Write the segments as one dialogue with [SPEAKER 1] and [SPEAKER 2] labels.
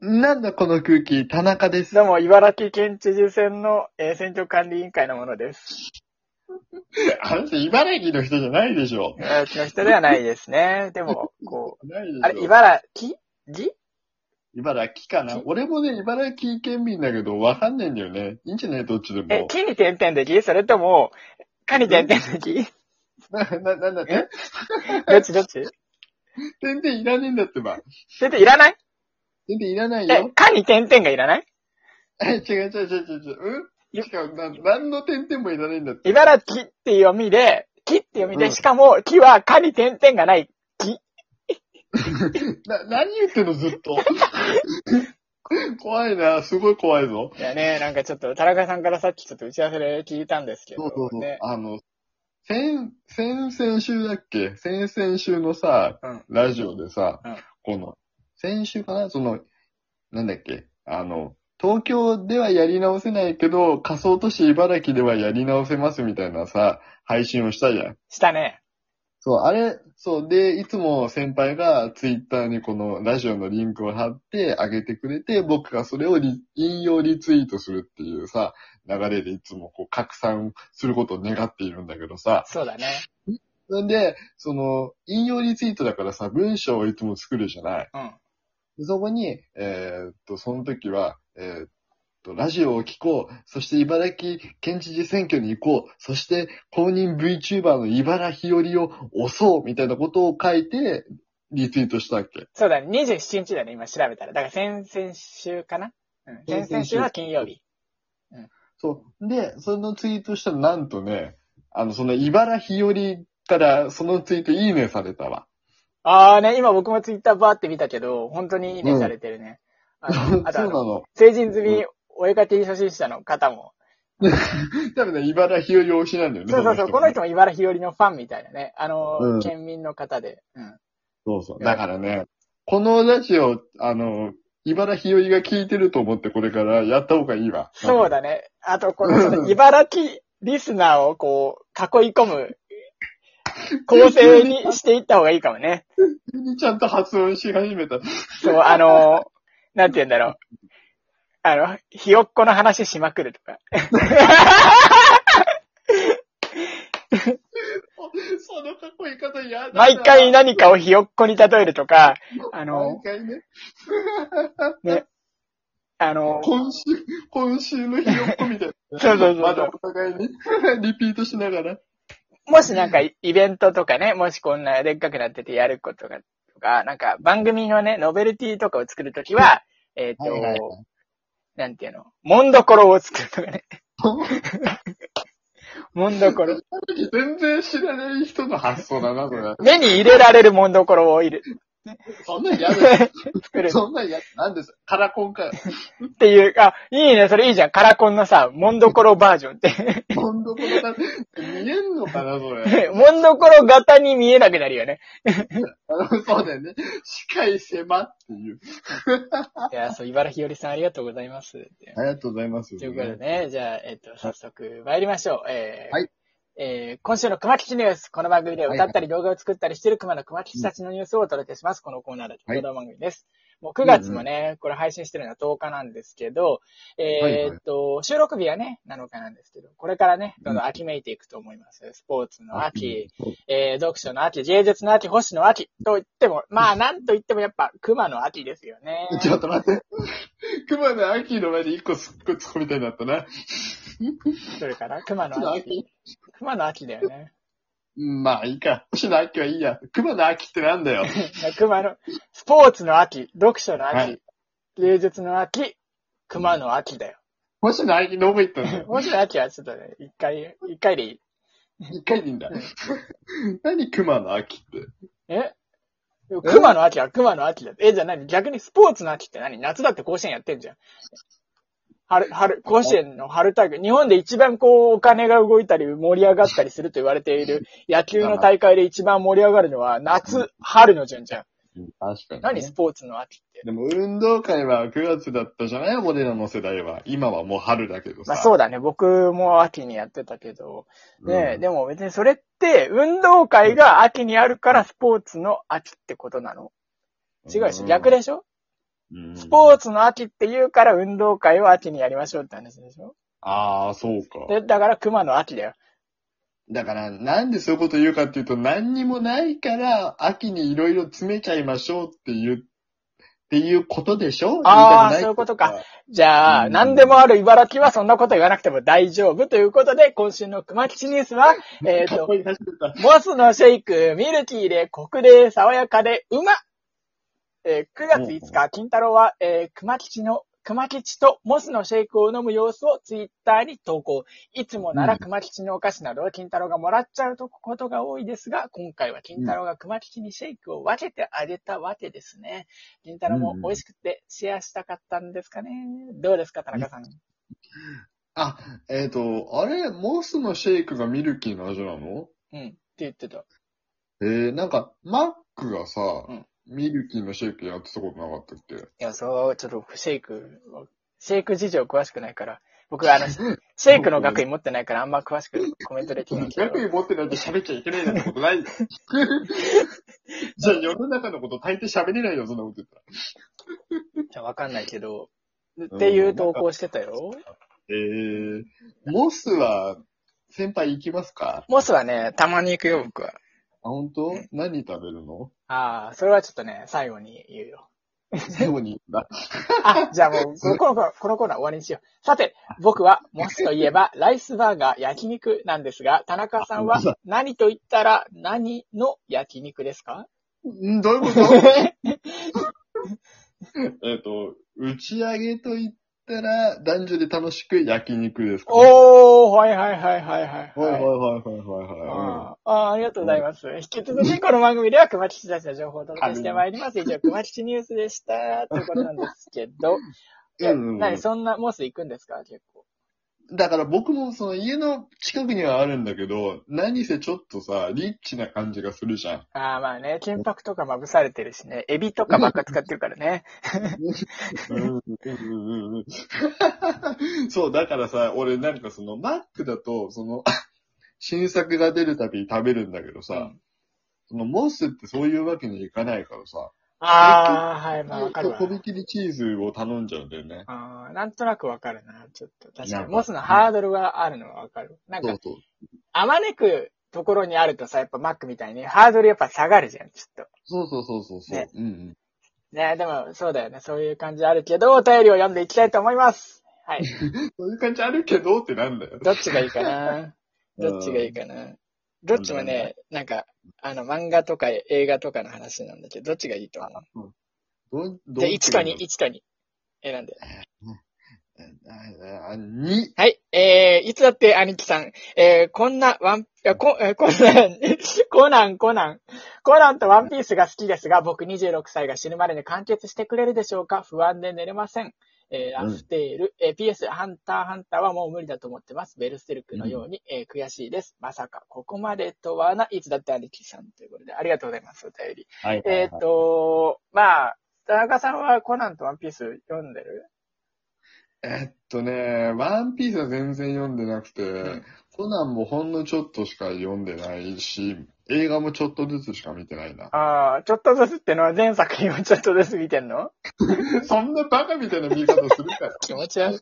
[SPEAKER 1] なんだこの空気、田中です。
[SPEAKER 2] どうも、茨城県知事選の、えー選挙管理委員会のものです。
[SPEAKER 1] あなた茨城の人じゃないでしょ。
[SPEAKER 2] えーうちの人ではないです ね。でも、こ
[SPEAKER 1] ないでしょ
[SPEAKER 2] う、。あれ、茨城じ
[SPEAKER 1] 茨城かな俺もね、茨城県民だけど、わかんないんだよね。いいんじゃないどっちで
[SPEAKER 2] え、
[SPEAKER 1] も。
[SPEAKER 2] 木に点々できそれとも、かに点々でき
[SPEAKER 1] な、な、な、な、え
[SPEAKER 2] どっちどっち
[SPEAKER 1] 全然いらねえんだってば。
[SPEAKER 2] 全然いらない
[SPEAKER 1] 全然いらない
[SPEAKER 2] え
[SPEAKER 1] よ、。
[SPEAKER 2] かに点々がいらない
[SPEAKER 1] え、違う違う違う違う違う。うんしかも、な、何の点々もいらないんだって。
[SPEAKER 2] 茨城っていう読みで、木って読み
[SPEAKER 1] う
[SPEAKER 2] で、
[SPEAKER 1] ん
[SPEAKER 2] しかも、木はかに点々がない。
[SPEAKER 1] な、何言ってんのず っと。怖いな、すごい怖いぞ。
[SPEAKER 2] いやね、なんかちょっと、田中さんからさっきちょっと打ち合わせで聞いたんですけど、
[SPEAKER 1] そうそうそう。
[SPEAKER 2] ね。
[SPEAKER 1] あの、先、先々週だっけ先々週のさ、
[SPEAKER 2] うん
[SPEAKER 1] ラジオでさ、
[SPEAKER 2] うん
[SPEAKER 1] この、先週かなその、なんだっけあの、東京ではやり直せないけど、仮想都市茨城ではやり直せますみたいなさ、配信をしたじゃん。
[SPEAKER 2] したね。
[SPEAKER 1] そう、あれ、そう、で、いつも先輩がツイッターにこのラジオのリンクを貼ってあげてくれて、僕がそれをリ引用リツイートするっていうさ、流れでいつもこう拡散することを願っているんだけどさ。
[SPEAKER 2] そうだね。
[SPEAKER 1] なんで、その、引用リツイートだからさ、文章をいつも作るじゃない。
[SPEAKER 2] うん。
[SPEAKER 1] でそこに、えーっと、その時は、えーっと、ラジオを聞こう。そして茨城県知事選挙に行こう。そして公認 VTuber の茨日和を押そう。みたいなことを書いて、リツイートしたっけ。
[SPEAKER 2] そうだね。27日だね、今調べたら。だから先々週かなうん。
[SPEAKER 1] 先々
[SPEAKER 2] 先
[SPEAKER 1] 週
[SPEAKER 2] 々週は金曜日。
[SPEAKER 1] そう。で、そのツイートしたらなんとね、あの、その茨日和からそのツイートいいねされたわ。
[SPEAKER 2] あーね、今僕もツイッターバーって見たけど、本当にいいねされてるね。あ
[SPEAKER 1] そう
[SPEAKER 2] の、あとあ
[SPEAKER 1] な
[SPEAKER 2] の、
[SPEAKER 1] の。
[SPEAKER 2] 成人済みお絵かき初心者の方も。
[SPEAKER 1] 多分ね、茨日和推しなんだよね。
[SPEAKER 2] そうそう
[SPEAKER 1] 人も
[SPEAKER 2] そう、
[SPEAKER 1] ね
[SPEAKER 2] この人も茨城よりのファンみたいなね。あの、
[SPEAKER 1] うん
[SPEAKER 2] 県民の方で。うん。
[SPEAKER 1] そうそう。
[SPEAKER 2] いや
[SPEAKER 1] だからね、このラジオ、あの、茨ひよりが聞いてると思ってこれからやった方がいいわ。
[SPEAKER 2] そうだね。あと、 この、その茨城リスナーをこう、囲い込む構成にしていった方がいいかもね。
[SPEAKER 1] 急にちゃんと発音し始めた。
[SPEAKER 2] そう、あのーなんて言うんだろう。あの、ひよっこの話しまくると か。
[SPEAKER 1] そのかっこいい方やだな
[SPEAKER 2] 毎回何かをひよっこに例えるとか、あ
[SPEAKER 1] 毎
[SPEAKER 2] の
[SPEAKER 1] 回ね。
[SPEAKER 2] ーあのー
[SPEAKER 1] 今週、今週のひよっこみたいな。
[SPEAKER 2] そうそうそう
[SPEAKER 1] まだお互いに リピートしながら。
[SPEAKER 2] もしなんかイベントとかね、もしこんなでっかくなっててやることが、とか、なんか番組のね、ノベルティとかを作るときは、えっ、と、
[SPEAKER 1] はいはい
[SPEAKER 2] なんていうの、もんどころを作るとかね。もんどこ ろ。
[SPEAKER 1] 全然知らない人の発想だな、それ。
[SPEAKER 2] 目に入れられるもんどころ をいる
[SPEAKER 1] そんなんやだよ。
[SPEAKER 2] 作る
[SPEAKER 1] そんなんや、なんですカラコンかよ。
[SPEAKER 2] っていう、あ、いいね、それいいじゃん。カラコンのさ、もんどころバージョンって。
[SPEAKER 1] どんどこだって見えんのかな、それ。
[SPEAKER 2] もんどころ型に見えなくなるよね。
[SPEAKER 1] あの そうだよね。視界狭っていう。
[SPEAKER 2] いや、そう、茨城よりさんありがとうございます。
[SPEAKER 1] ありがとうございます。
[SPEAKER 2] ということでね、じゃあ、えっと、早速参りましょう。えー
[SPEAKER 1] はい
[SPEAKER 2] えー今週の熊吉ニュース。この番組では
[SPEAKER 1] はいはい
[SPEAKER 2] 歌ったり動画を作ったりしている熊の熊吉たちのニュースをお届けします。このコーナーで、
[SPEAKER 1] はい
[SPEAKER 2] 報道番組です。もう9月もね、これ配信してるのは10日なんですけど、
[SPEAKER 1] はい
[SPEAKER 2] えーっと、収録日はね、7日なんですけど、これからね、どんどん秋めいていくと思います。スポーツの秋、えー読書の秋、芸術の秋、星の秋と言っても、まあ、なんと言ってもやっぱ熊の秋ですよね。
[SPEAKER 1] ちょっと待って。熊の秋の前に一個すっごい突っ込みたいになったな。
[SPEAKER 2] それから熊
[SPEAKER 1] 熊
[SPEAKER 2] の
[SPEAKER 1] の
[SPEAKER 2] 秋。
[SPEAKER 1] 秋
[SPEAKER 2] 熊の秋だよね。
[SPEAKER 1] うんまあいいか。星の秋はいいや。熊の秋ってなんだよ。
[SPEAKER 2] 熊の、スポーツの秋、読書の秋、
[SPEAKER 1] はい
[SPEAKER 2] 芸術の秋、熊の秋だよ。
[SPEAKER 1] 星の秋どこ行ったんだよ。
[SPEAKER 2] もちろん秋はちょっとね、一回、一回でいい。
[SPEAKER 1] 一回でいいんだ。 何熊の秋って。
[SPEAKER 2] えでも熊の秋は熊の秋だって。え、じゃあ何逆にスポーツの秋って何夏だって甲子園やってんじゃん。春、春、甲子園の春大会、日本で一番こう、お金が動いたり盛り上がったりすると言われている野球の大会で一番盛り上がるのは夏、春の順じゃん。
[SPEAKER 1] 確かに
[SPEAKER 2] 何スポーツの秋って。
[SPEAKER 1] でも運動会は9月だったじゃない俺らの世代は。今はもう春だけどさ。
[SPEAKER 2] まあそうだね。僕も秋にやってたけど。ねえ、でも別にそれって、運動会が秋にあるからスポーツの秋ってことなの
[SPEAKER 1] うん
[SPEAKER 2] 違うし、逆でしょ
[SPEAKER 1] うん
[SPEAKER 2] スポーツの秋って言うから運動会を秋にやりましょうって話でしょ
[SPEAKER 1] ああ、そうか。
[SPEAKER 2] で、だから熊の秋だよ。
[SPEAKER 1] だから、なんでそういうこと言うかっていうと、何にもないから、秋にいろいろ詰めちゃいましょうっていう、っていうことでしょ
[SPEAKER 2] あ
[SPEAKER 1] 言た
[SPEAKER 2] ー
[SPEAKER 1] くない
[SPEAKER 2] そういうことか。じゃあ、
[SPEAKER 1] うん
[SPEAKER 2] 何でもある茨城はそんなこと言わなくても大丈夫ということで、今週の熊吉ニュースは、えっ、
[SPEAKER 1] かっ
[SPEAKER 2] と、
[SPEAKER 1] こいい走ってた。
[SPEAKER 2] モスのシェイク、ミルキーで、コクで、爽やかで、うまえー9月5日、金太郎は、えー熊吉の、熊吉とモスのシェイクを飲む様子をツイッターに投稿。いつもな
[SPEAKER 1] う
[SPEAKER 2] ら
[SPEAKER 1] ん
[SPEAKER 2] 熊吉のお菓子などを金太郎がもらっちゃうとことが多いですが、今回は金太郎が熊吉にシェイクを分けてあげたわけですね。金太郎も美味しくてシェアしたかったんですかね。どうですか、田中さん。
[SPEAKER 1] あ、えっ、と、あれ、モスのシェイクがミルキーの味なの
[SPEAKER 2] うん。って言ってた。
[SPEAKER 1] えー、なんか、マックがさ、
[SPEAKER 2] ん
[SPEAKER 1] ミルキーのシェイクやってたことなかったっけ
[SPEAKER 2] いや、そう、ちょっとシェイク、シェイク事情詳しくないから、僕、あの、シェイクの学位持ってないから、あんま詳しくコメントできないけど。
[SPEAKER 1] 逆に持ってないと喋っちゃいけないなんてこと ない。じゃあ世の中のこと大抵喋れないよ、そんなこと言ったら。
[SPEAKER 2] じゃあわかんないけど、
[SPEAKER 1] ん
[SPEAKER 2] っていう投稿してたよ。
[SPEAKER 1] えー、モスは、先輩行きますか
[SPEAKER 2] モスはね、たまに行くよ、僕は。
[SPEAKER 1] あ、本当？何食べるの
[SPEAKER 2] ああ、それはちょっとね、最後に言うよ。
[SPEAKER 1] 最後に。あ
[SPEAKER 2] あ、じゃあもう、このコーナー、このコーナー終わりにしよう。さて、僕は、モスといえば、ライスバーガー、焼肉なんですが、田中さんは、何と言ったら、何の焼肉ですか
[SPEAKER 1] んどういうこと えっと、打ち上げと言ったら、男女で楽しく焼肉ですか、
[SPEAKER 2] おー、はいはいはいはいはい、
[SPEAKER 1] はいはいはいはいはいは
[SPEAKER 2] あーあー、ありがとうございます。引き続きこの番組では熊吉たちの情報をお届けしてまいります。以上、熊吉ニュースでした。ということなんですけ ど。
[SPEAKER 1] い。
[SPEAKER 2] え何、そんなモス行くんですか結構。
[SPEAKER 1] だから僕もその家の近くにはあるんだけど、何せちょっとさ、リッチな感じがするじゃん。
[SPEAKER 2] ああ、まあね、金箔とかまぶされてるしね、エビとかばっか使ってるからね。
[SPEAKER 1] うんうんうんうんうん、そう、だからさ、俺なんかその、マックだと、その、新作が出るたびに食べるんだけどさ、
[SPEAKER 2] うん
[SPEAKER 1] そのモスってそういうわけにいかないからさ、
[SPEAKER 2] ああ、はい、まあわかるわ
[SPEAKER 1] と。びきりチーズを頼んじゃうんだよね。
[SPEAKER 2] あーなんとなくわかるな、ちょっと。確か
[SPEAKER 1] なん
[SPEAKER 2] に。
[SPEAKER 1] か
[SPEAKER 2] モスのハードルがあるのはわかる。なん
[SPEAKER 1] そう
[SPEAKER 2] か、
[SPEAKER 1] そう。
[SPEAKER 2] あまねくところにあるとさ、やっぱマックみたいにハードルやっぱ下がるじゃん、ちょっと。
[SPEAKER 1] そうそうそうそうそう、
[SPEAKER 2] ね
[SPEAKER 1] うんうん。
[SPEAKER 2] ねでも、そうだよね。そういう感じあるけど、お便りを読んでいきたいと思います。はい。
[SPEAKER 1] そういう感じあるけどってなんだよ。
[SPEAKER 2] どっちがいいか な
[SPEAKER 1] うん
[SPEAKER 2] どっちがいいかなどっちもね、なんか、あの、漫画とか映画とかの話なんだけど、どっちがいいと思
[SPEAKER 1] どん
[SPEAKER 2] う
[SPEAKER 1] ど
[SPEAKER 2] じゃあ、
[SPEAKER 1] ん
[SPEAKER 2] 1か2、1か2。選んで。
[SPEAKER 1] ああに、
[SPEAKER 2] はい。えー、いつだって兄貴さん、えー、こんなワン、いやこ、えーこんな、 コナン、コナン。コナンとワンピースが好きですが、僕26歳が死ぬまでに完結してくれるでしょうか不安で寝れません。え
[SPEAKER 1] う
[SPEAKER 2] ー、ア
[SPEAKER 1] ん
[SPEAKER 2] フテール、えー、PS、ハンター、ハンターはもう無理だと思ってます。ベルセルクのように、えー、悔しいです。まさか、ここまでとはな、いつだって兄貴さんということで、ありがとうございます、お便り。
[SPEAKER 1] はいはいはい
[SPEAKER 2] えっ、と、まあ、田中さんはコナンとワンピース読んでる
[SPEAKER 1] えっとね、ワンピースは全然読んでなくて
[SPEAKER 2] ん、。
[SPEAKER 1] コナンもほんのちょっとしか読んでないし、映画もちょっとずつしか見てないな
[SPEAKER 2] ああ、ちょっとずつってのは全作品をちょっとずつ見てんの
[SPEAKER 1] そんなバカみたいな見方する から、
[SPEAKER 2] 気持ち悪い。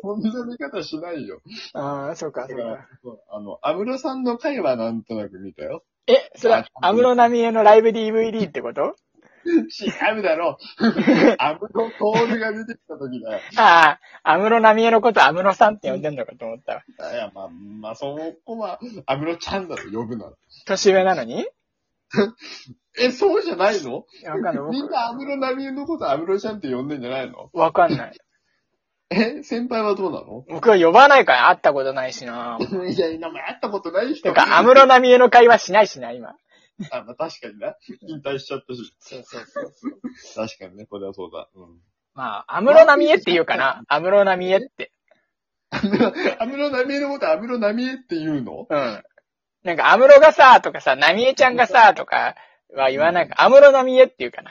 [SPEAKER 1] そんな見方しないよ。
[SPEAKER 2] ああ、そうか、
[SPEAKER 1] だ
[SPEAKER 2] そう
[SPEAKER 1] から
[SPEAKER 2] か。、
[SPEAKER 1] そうあの、安室さんの回はなんとなく見たよ。
[SPEAKER 2] え、それは、アムロナミエのライブ DVD ってこと
[SPEAKER 1] 違うだ ろう。安室徹が出てきた時だよ。
[SPEAKER 2] ああ、アムロナミエのことアムロさんって呼んでんのかと思ったわ。
[SPEAKER 1] いや、まあ、まあ、そこは、安室ちゃんだろ、呼ぶなら。
[SPEAKER 2] 年上なのに
[SPEAKER 1] え、そうじゃないの
[SPEAKER 2] いやわかんない
[SPEAKER 1] みん
[SPEAKER 2] 僕。
[SPEAKER 1] な安室奈美恵のこと安室ちゃんって呼んでんじゃないの
[SPEAKER 2] わかんない。
[SPEAKER 1] え、先輩はどうなの
[SPEAKER 2] 僕は呼ばないから会ったことないしな。
[SPEAKER 1] いや、今前会ったことない人
[SPEAKER 2] てか、アムロナミエの会話しないしな、今。
[SPEAKER 1] あ、まあ、確かにな。引退しちゃったし。
[SPEAKER 2] そうそうそうそう。
[SPEAKER 1] 確かにね、これはそうだ。 うん。
[SPEAKER 2] まあ、アムロナミエって言うかな。アムロナミエって。
[SPEAKER 1] 安室奈美恵のこと安室奈美恵って言うの
[SPEAKER 2] うん。なんか、アムロがさ、とかさ、ナミエちゃんがさ、とかは言わないから、アムロナミエって言うかな。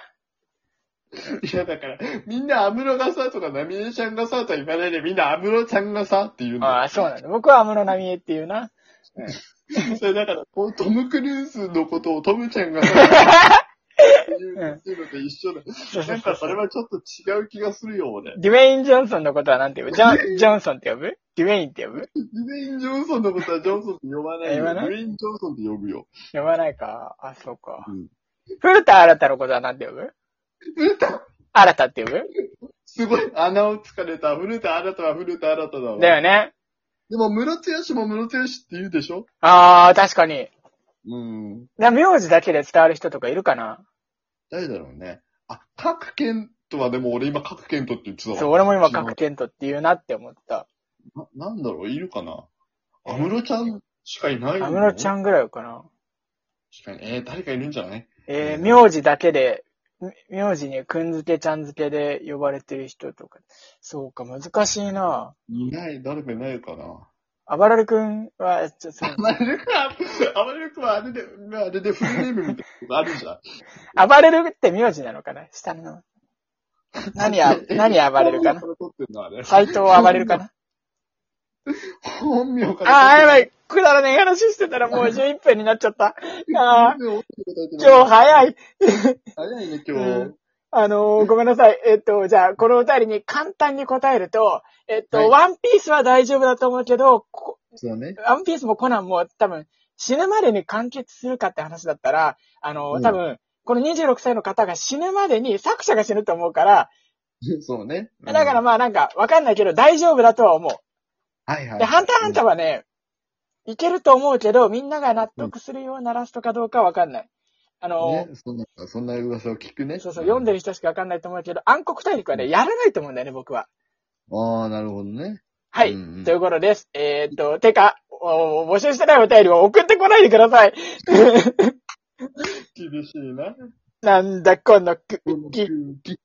[SPEAKER 1] いや、だから、みんな安室がさとか奈美恵ちゃんがさとは言わないで、みんな安室ちゃんがさって言うんだ
[SPEAKER 2] あ
[SPEAKER 1] よ。
[SPEAKER 2] あ、そうなんだ。僕は安室奈美恵っていうな。
[SPEAKER 1] それだから、こうトム・クルーズのことをトムちゃんがさ、いうチームと一緒で。なんかそれはちょっと違う気がするよ、俺。
[SPEAKER 2] デュエイン・ジョンソンのことは何て呼ぶ ジョン、ジョンソンって呼ぶデュエインって呼ぶ
[SPEAKER 1] デュエイン・ジョンソンのことはジョンソンって呼ばないよ。
[SPEAKER 2] 呼ば
[SPEAKER 1] デ
[SPEAKER 2] ない
[SPEAKER 1] ュエイン・ジョンソンって呼ぶよ。
[SPEAKER 2] 呼ばないか。あ、そうか
[SPEAKER 1] う。ん。
[SPEAKER 2] 古田新太のことは何て呼ぶ
[SPEAKER 1] 古田
[SPEAKER 2] 新太って呼ぶ
[SPEAKER 1] すごい、穴をつかれた。古田新太は古田新太だわ。
[SPEAKER 2] だよね。
[SPEAKER 1] でも、室津吉も室津吉って言うでしょ
[SPEAKER 2] あー、確かに。
[SPEAKER 1] うん。
[SPEAKER 2] な名字だけで伝わる人とかいるかな
[SPEAKER 1] 誰だろうね。あ、各県とはでも俺今各県とって言ってたわ。
[SPEAKER 2] そう、俺も今、角健斗って言うなって思った。
[SPEAKER 1] な、なんだろういるかな
[SPEAKER 2] えー
[SPEAKER 1] アムロちゃんしかいない
[SPEAKER 2] 安室ちゃ
[SPEAKER 1] ん
[SPEAKER 2] んぐらいかな。
[SPEAKER 1] しかいない。えー、誰かいるんじゃない
[SPEAKER 2] えー、
[SPEAKER 1] うん
[SPEAKER 2] 名字だけで、み名字にくんづけちゃんづけで呼ばれてる人とか。そうか、難しいない
[SPEAKER 1] ない、誰かいないかな。
[SPEAKER 2] あばらるくんは、ちょそう
[SPEAKER 1] あまれるくは、あまれるくはあれで、あれでフルネームみたいなことあるじゃん。
[SPEAKER 2] あばれるって名字なのかな下の名前。何や、何あばれるかな
[SPEAKER 1] 本名から取ってんのあれ。
[SPEAKER 2] 斎藤あばれるかな
[SPEAKER 1] 本名から取ってんの。
[SPEAKER 2] あー、やばい。くだらねえ話してたらもう11分になっちゃった。あー、
[SPEAKER 1] 本名を取って答えてない
[SPEAKER 2] 今日早い。
[SPEAKER 1] 早いね、
[SPEAKER 2] うんあのーごめんなさい。えっと、じゃあ、このお便りに簡単に答えると、えっと、
[SPEAKER 1] はい
[SPEAKER 2] ワンピースは大丈夫だと思うけど、こ
[SPEAKER 1] 日。そうね。
[SPEAKER 2] ワンピースもコナンも多分死ぬまでに完結するかって話だったら、あ
[SPEAKER 1] う
[SPEAKER 2] の、
[SPEAKER 1] ん
[SPEAKER 2] 多分、この26歳の方が死ぬまでに作者が死ぬと思うから、
[SPEAKER 1] そうね。うん
[SPEAKER 2] だから、まあなんかわかんないけど大丈夫だとは思
[SPEAKER 1] はいはい。
[SPEAKER 2] う。で、ハンターハンターはね、いけると思うけど、みんなが納得するようなラストかどうかわかんない。あの、
[SPEAKER 1] ね、そんな、そんな噂を聞くね。
[SPEAKER 2] そうそう、読んでる人しかわかんないと思うけど、暗黒大陸はね、やらないと思うんだよね、僕は。
[SPEAKER 1] ああ、なるほどね。
[SPEAKER 2] はい。
[SPEAKER 1] うんうん
[SPEAKER 2] ということです。えーっと、てか、お募集してないお便りを送ってこないでください。
[SPEAKER 1] 厳しいな。
[SPEAKER 2] なんだこのく、き、
[SPEAKER 1] き、